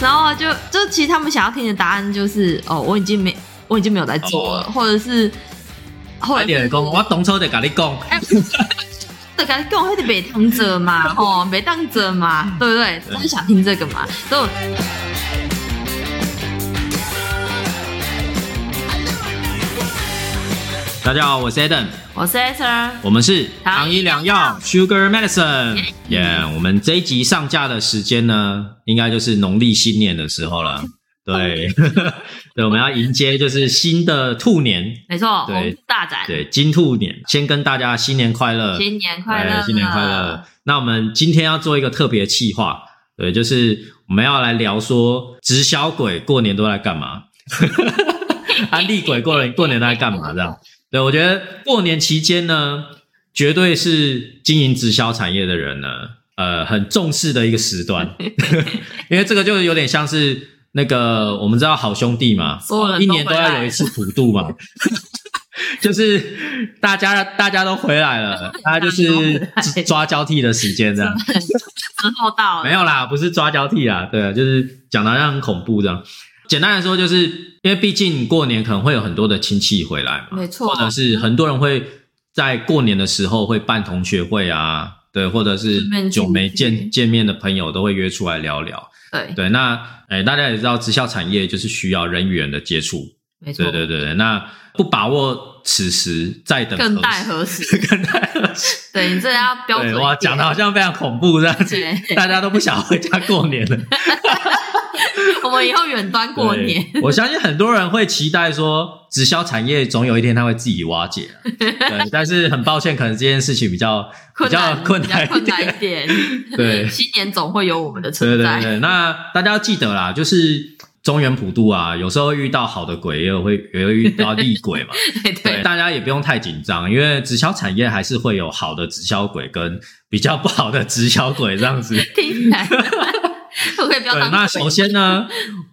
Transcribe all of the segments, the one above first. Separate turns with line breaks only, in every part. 然后啊就就其实他们想要听的答案就是哦，我已经没我已经没有在做了，或者是或
哦快
者
点讲，我当初就甲你讲，
对，跟讲迄个袂当者嘛， 吼，袂当者嘛，对不对？他就想听这个嘛，所以我
大家好，我是 Adam，
我是 a s e r
我们是
糖
糖
衣
衣
良
良
药
药 Sugar Medicine，耶我们这一集上架的时间呢，应该就是农历新年的时候了。对， 对，我们要迎接就是新的兔年，
没错，
对
红兔大展，
对，金兔年，先跟大家新年快乐，
新年快乐，
对哎新年快 乐。。那我们今天要做一个特别企划，对，就是我们要来聊说直销鬼过年都在 干嘛，安利鬼过年过年都在干嘛这样。对，我觉得过年期间呢，绝对是经营直销产业的人呢，呃，很重视的一个时 段，因为这个就有点像是那个我们知道好兄弟嘛，
所有人
一
都
年都
回来
要有一次普渡嘛，就是大家大家都回 来了，大家就是抓交替的时间这样，
时候到了，
没有啦，不是抓交替啦，对啊，就是讲的好像很恐怖这样。简单来说，就是因为毕竟过年可能会有很多的亲戚回来嘛，
没错
或者是很多人会在过年的时候会办同学会啊，对，或者是
顺便
久没
聚聚
见见面的朋友都会约出来聊聊。
对，
对，那诶、大家也知道，直销产业就是需要人与人的接触，
没错，
对对对对，那不把握此时，再等
更待
时
何 时？更待何时？对你这要标准一
对，
点，
哇，讲的好像非常恐怖这样子
对，
大家都不想回家过年 了。
我们以后远端过年，
对，我相信很多人会期待说，直销产业总有一天它会自己瓦解 啊、对，但是很抱歉，可能这件事情比较比
困
较
难
困
比较
难
困
一
难
点
一。点。
对
新年总会有我们的
对
存
对
在，
对，那大家要记得啦，就是中原普渡啊，有时候会遇到好的鬼，也有会也会遇到厉鬼嘛。
对
对，
对
大家也不用太紧张，因为直销产业还是会有好的直销鬼跟比较不好的直销鬼这样子。
听起来 我可以不要
对，
当
那
鬼
首先 呢，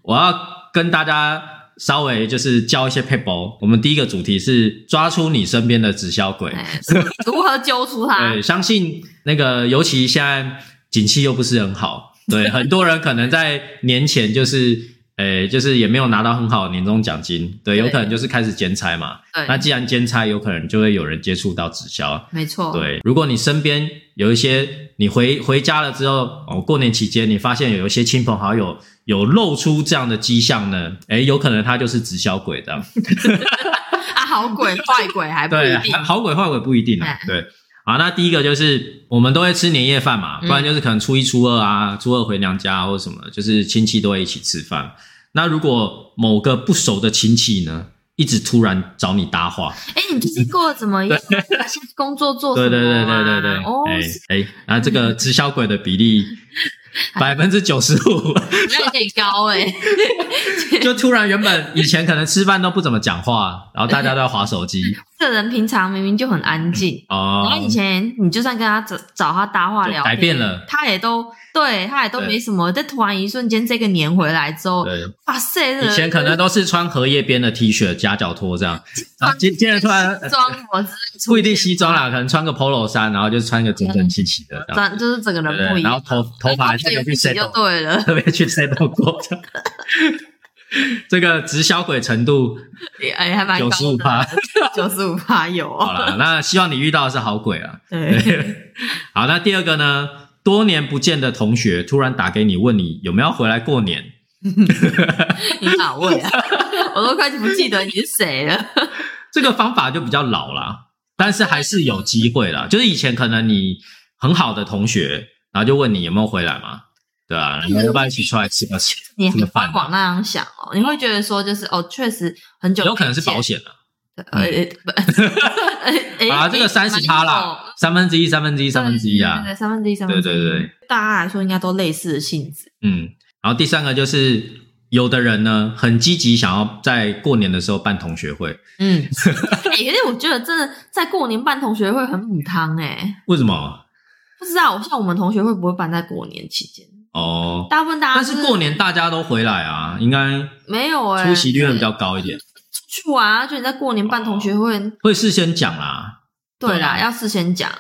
我要跟大家稍微就是教一些 p e p l 我们第一个主题是抓出你身边的直销鬼。
哎如何揪出他？
对，相信那个，尤其现在景气又不是很好，对，很多人可能在年前就是，呃，就是也没有拿到很好的年终奖金，对，有
对
可能就是开始兼差嘛。那
对，
既然兼差，有可能就会有人接触到直销。
没错，
对，如果你身边有一些你回回家了之后，哦，过年期间你发现有一些亲朋好友有露出这样的迹象呢，诶，有可能他就是直销鬼这样。
啊，好鬼坏鬼还不
对，
一 定嗯
还，好鬼坏鬼不一定啊。对，好，那第一个就是我们都会吃年夜饭嘛，不
嗯
然就是可能初一、初二啊，初二回娘家、或者什么，就是亲戚都会一起吃饭。那如果某个不熟的亲戚呢，一直突然找你搭话，
哎，你最近过得怎么样？啊现在工作做什么
对
啊？
对对对对对，
哦，嗯
哎哎，然后这个直销鬼的比 例百分之九十五，
那有点高哎，
就突然原本以前可能吃饭都不怎么讲话，然后大家都在划 手机
这人平常明明就很安静，然
哦
后以，前你就算跟他找找他搭话
就
聊，
改变了，
他也都对他也都
对
没什么，但突然一瞬间这个年回来之后，
对，
哇塞，这
以前
人
可能都是穿荷叶边的 T 恤夹脚拖这 样，然后今今天突然
西
呃
装我之类
不一定西装啦，可能穿个 polo 衫，然后就穿个整整齐齐的这样，
装就是整个
啊对
人不
对，
一
然后
样，
头头发还特
这
别
个
去 set
就对了，
特别去 set 过这样， 这个直销鬼程度
哎，还蛮高的，
95趴，
九十五趴有
好
哦，
啦，那希望你遇到的是好鬼啊。
对，
好，那第二个呢？多年不见的同学突然打给你，问你有没有要回来过年？
你哪位啊？我都快不记得你是谁了，
这个方法就比较老啦，但是还是有机会啦。就是以前可能你很好的同学，然后就问你有没有回来嘛，对啊，你们要不要一起出来吃个吃
你
吃个
很
饭
宽
啊？
广那样想哦，你会觉得说就是哦，确实很久
有可能是
没见
保险了
呃，哎不
啊，这个三十趴啦，三分之一，三分之一，三分之一啊
对，，三分之一，三分
对
之一，
对对，，
大家来说应该都类似的性质，
嗯。然后第三个就是，有的人呢很积极，想要在过年的时候办同学会，
嗯， 哎，可是我觉得真的在过年办同学会很母汤哎，
为什么？
不知道像我们同学会不会办在过年期间，
哦。
大部分大家
但
啊就是
过年大家都回来啊，应该
没有哎、
出席率会比较高一点，
去玩啊，就你在过年办同学会，
会事先讲啦。
对
对啊
啦，要事先讲。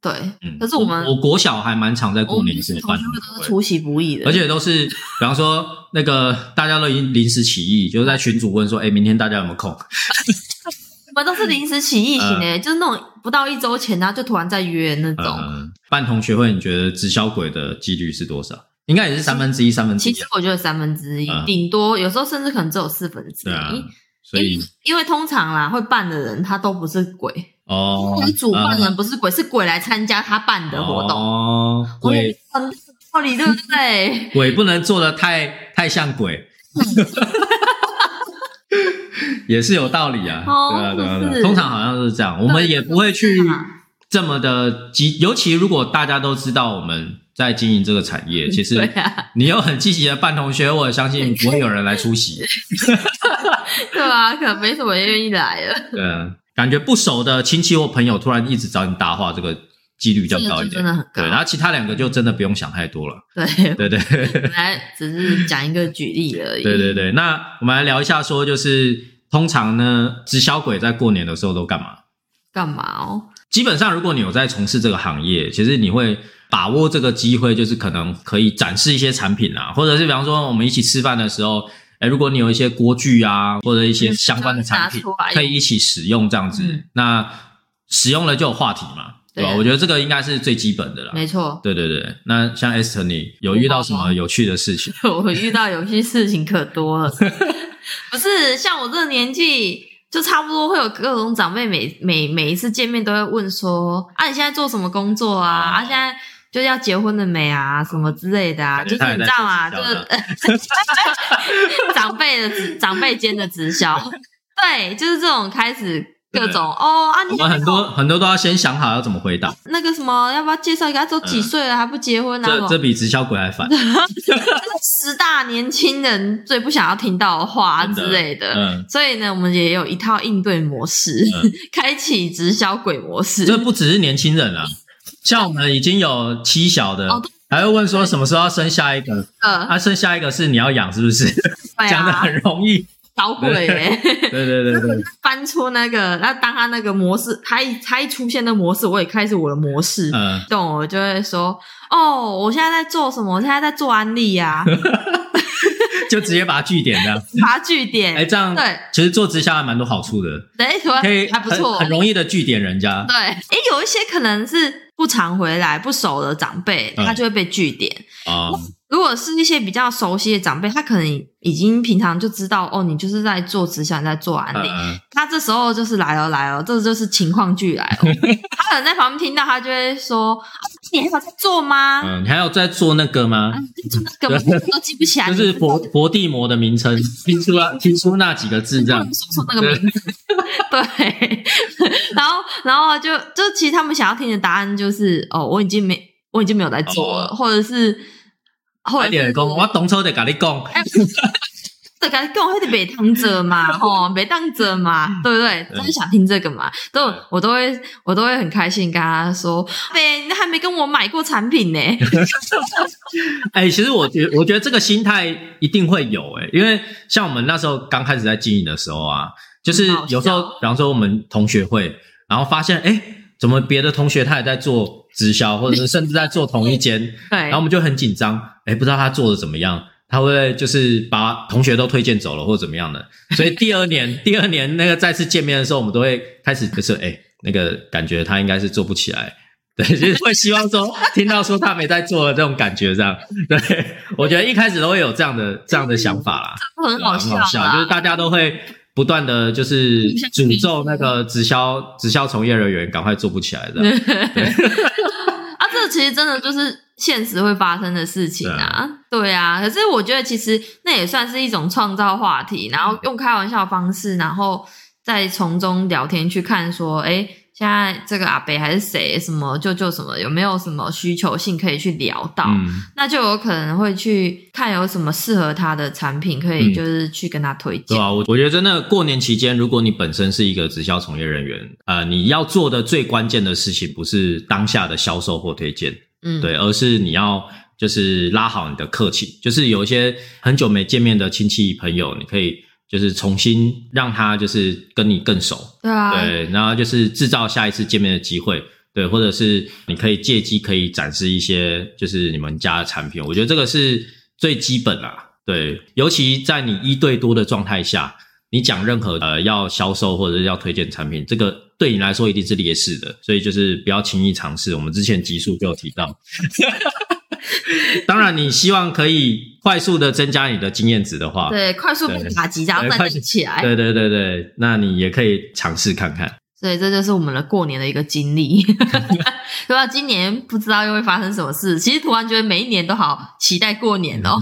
对，
嗯，
可是我们
我国小还蛮常在
我
过
们
年
同
时
学
办
会都是
同学会
出其不意的，
而且都是，比方说那个大家都已经临时起意，就是在群主问说，哎、明天大家有没有空？
我们都是临时起意
嗯
型的、欸就是那种不到一周前啊然后就突然在约那种。
呃，办同学会，你觉得直销鬼的几率是多少？应该也是三分之一，三分之
其
一
实
啊。
我觉得三分之一
嗯，
顶多有时候甚至可能只有四分之
对啊
一，，
所以
因为通常啦会办的人他都不是鬼，
哦，
你主办
呃
人不是鬼，是鬼来参加他办的活动。
哦，
我有
鬼
很道理，对不对？
鬼不能做的太太像鬼，
嗯
也是有道理啊。
哦
对啊，对啊，
是不
对啊
是
通常好像是这样，我们也不会去
对啊
这么的积，尤其如果大家都知道我们在经营这个产业，其
对
实
啊，
你又很积极的办同学，我相信不会有人来 出席。
对啊，可能没什么人愿意来了，
对啊，感觉不熟的亲戚或朋友突然一直找你搭话，这个几率较
这
高
个
一
就真。
点
的很
对，
高
然。后其他两个就真的不用想太多了。
对，
对对
本来只是讲一个举例而已。
对对对，那我们来聊一下，说就是通常呢，直销鬼在过年的时候都干嘛？
干嘛哦？
基本上，如果你有在从事这个行业，其实你会把握这个机会，就是可能可以展示一些产品啊，或者是比方说我们一起吃饭的时候，哎，如果你有一些锅具啊，或者一些相关的产
嗯拿
品
出来，
可以一起使用这样子。
嗯
那使用了就有话题嘛，对吧？
对啊
我觉得这个应该是最基本的啦。
没错，
对对对，那像 Esther，你有遇到什么有趣的事情？
我遇到有些事情可多 了，不是像我这个年纪，就差不多会有各种长辈每每每一次见面都会问说啊，你现在做什么工作啊？
哦
啊，现在。就要结婚了没啊？什么之类的啊？
感
就是
觉他也
你
在
知道吗？就
做直销
是 长辈的直长辈间的直 销，对，就是这种开始各种哦啊，
我
你
们很多很多都要先想好要怎么回答，
那个什么，要不要介绍一个？他都几岁了还不结婚啊？什
这
么
这比直销鬼还烦。
十大年轻人最不想要听到的话
真的
之类的。
嗯
所以呢，我们也有一套应对模式，
嗯
开启直销鬼模式。
这不只是年轻人啊，像我们已经有七小的
哦对，
还会问说什么时候要生下一个？
呃，
啊，生下一个是你要养是不是？
对
讲的
啊，
很容 易。
小鬼、欸、
对对对对，
翻出那个，那当他那个模式，他一他一出现的模式，我也开始我的模式。
嗯，
懂，我就会说，哦，我现在在做什么？我现在在做安利呀、 啊，
就直接把它据点这样。
爬据点，
哎，这样
对，
其实做直销还蛮多好处的，
对，突然
可以
还不错，
很很容易的据点人家。
对，诶，有一些可能是不常回来、不熟的长辈，
嗯
他就会被据点。
啊，
如果是一些比较熟悉的长辈，他可能已经平常就知道哦，你就是在做直销，你在做安利。
嗯
他这时候就是来哦来哦，这就是情况剧来 哦。他可能在旁边听到，他就会说：“啊、你还有在做吗？
嗯，你还有在做那个吗
啊？你在做那个吗？都记不起来，啊
就
你
是
不知道
佛佛地魔的名称，拼出了拼出那几个字这
他
样
们。说出那个 名字，对，然后然后就就其实他们想要听的答案就是哦，我已经没我已经没有在做了，或者是或
快
者是
哦点讲，我动车的跟你讲，
对，感觉跟我还得北当者 嘛，哦吼，北当者嘛，对不对？
嗯
他就想听这个嘛，都有
对
我都会我都会很开心跟他说，
嗯
北，你还没跟我买过产品 呢，
哎、其实我觉我觉得这个心态一定会有哎、因为像我们那时候刚开始在经营的时候啊，就是
很好笑
有时候，比方说我们同学会，然后发现哎、怎么别的同学他也在做直销，或者是甚至在做同一间，
对
然后我，们就很紧张，哎、不知道他做的怎么样，他会不会就是把同学都推荐走了或怎么样的，所以第二年 第二年那个再次见面的时候，我们都会开始就是哎、那个感觉他应该是做不起来。对，就是会希望说听到说他没在做的这种感觉，这样。对，我觉得一开始都会有这样的这样的想法啦，
都嗯很好
对啊
笑啊
嗯很好笑，就
啦，
是大家都会不断的就是
互相
诅咒那个直销直销从业人员赶快做不起来这样。
啊，这其实真的就是现实会发生的事情啊，对啊。可是我觉得其实那也算是一种创造话题，然后用开玩笑的方式，然后再从中聊天去看说，哎，现在这个阿北还是谁，什么舅舅什么，有没有什么需求性可以去聊到？
嗯，
那就有可能会去看有什么适合他的产品，可以
嗯
就是去跟他推荐。
对啊，我我觉得真的过年期间，如果你本身是一个直销从业人员，呃，你要做的最关键的事情不是当下的销售或推荐，
嗯，
对，而是你要就是拉好你的客气，就是有一些很久没见面的亲戚朋友，你可以就是重新让他就是跟你更熟，
对啊，
对，然后就是制造下一次见面的机会，对，或者是你可以借机可以展示一些就是你们家的产品，我觉得这个是最基本啦、对，尤其在你一对多的状态下，你讲任何呃要销售或者是要推荐产品，这个对你来说一定是劣势的，所以就是不要轻易尝试。我们之前集数就有提到，当然你希望可以快速的增加你的经验值的话，
对，快速被打击，然后再
快
站起来，
对对对对，那你也可以尝试看看。
所以这就是我们的过年的一个经 历。对啊，今年不知道又会发生什么事。其实突然觉得每一年都好期待过年 哦。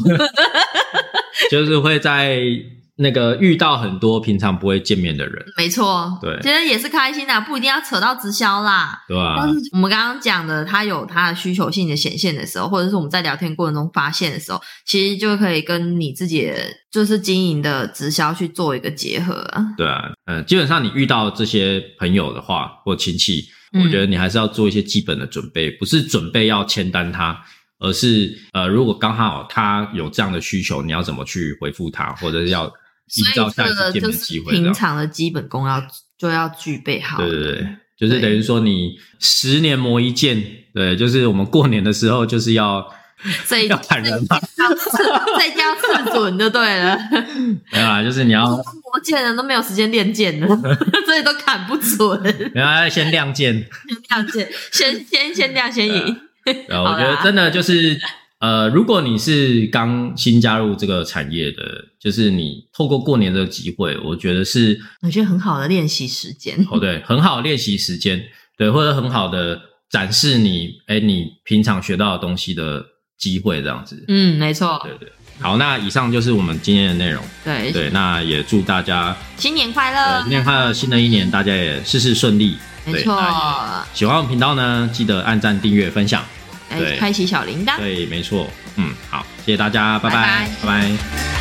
就是会在那个遇到很多平常不会见面的人，
没错，
对
其实也是开心的，啊不一定要扯到直销啦。
对吧、
但是啊我们刚刚讲的，它有它的需求性的显现的时候，或者是我们在聊天过程中发现的时候，其实就可以跟你自己的就是经营的直销去做一个结合啊。
对啊，嗯，基本上你遇到这些朋友的话或亲戚，
嗯
我觉得你还是要做一些基本的准备，不是准备要签单他，而是呃，如果刚好他有这样的需求，你要怎么去回复他，或者是要
所
营造
以
下一
这
次
个
见
就
面的
是
机会，这
平
样
常的基本功要就要具备好。
对对对，就是
对
等于说你十年磨一剑，对，就是我们过年的时候就是要
这一
要砍人嘛，
再加次准就对了。
没有啦，就是你要
磨剑人都没有时间练剑 了，所以都砍不准。
你要先亮剑。
亮剑，先先先亮先 赢。
呃，我
好
觉
啦
得真的就是，呃，如果你是刚新加入这个产业的，就是你透过过年这个机会，我觉得是
我觉得很好的练习时间。
哦，对，很好练习时间，对，或者很好的展示你，哎，你平常学到的东西的机会，这样子。
嗯，没错，
对对。好，那以上就是我们今天的内容。
对，
对，那也祝大家
新年快
呃，
乐
今，天快乐，新的一年大家也事事顺利。
没
对
错，，
那喜欢我们频道呢，记得按赞、订阅、分享。
来
对
哎开启小铃铛。
对，没错。嗯，好，谢谢大家，拜
拜
拜
拜，
拜拜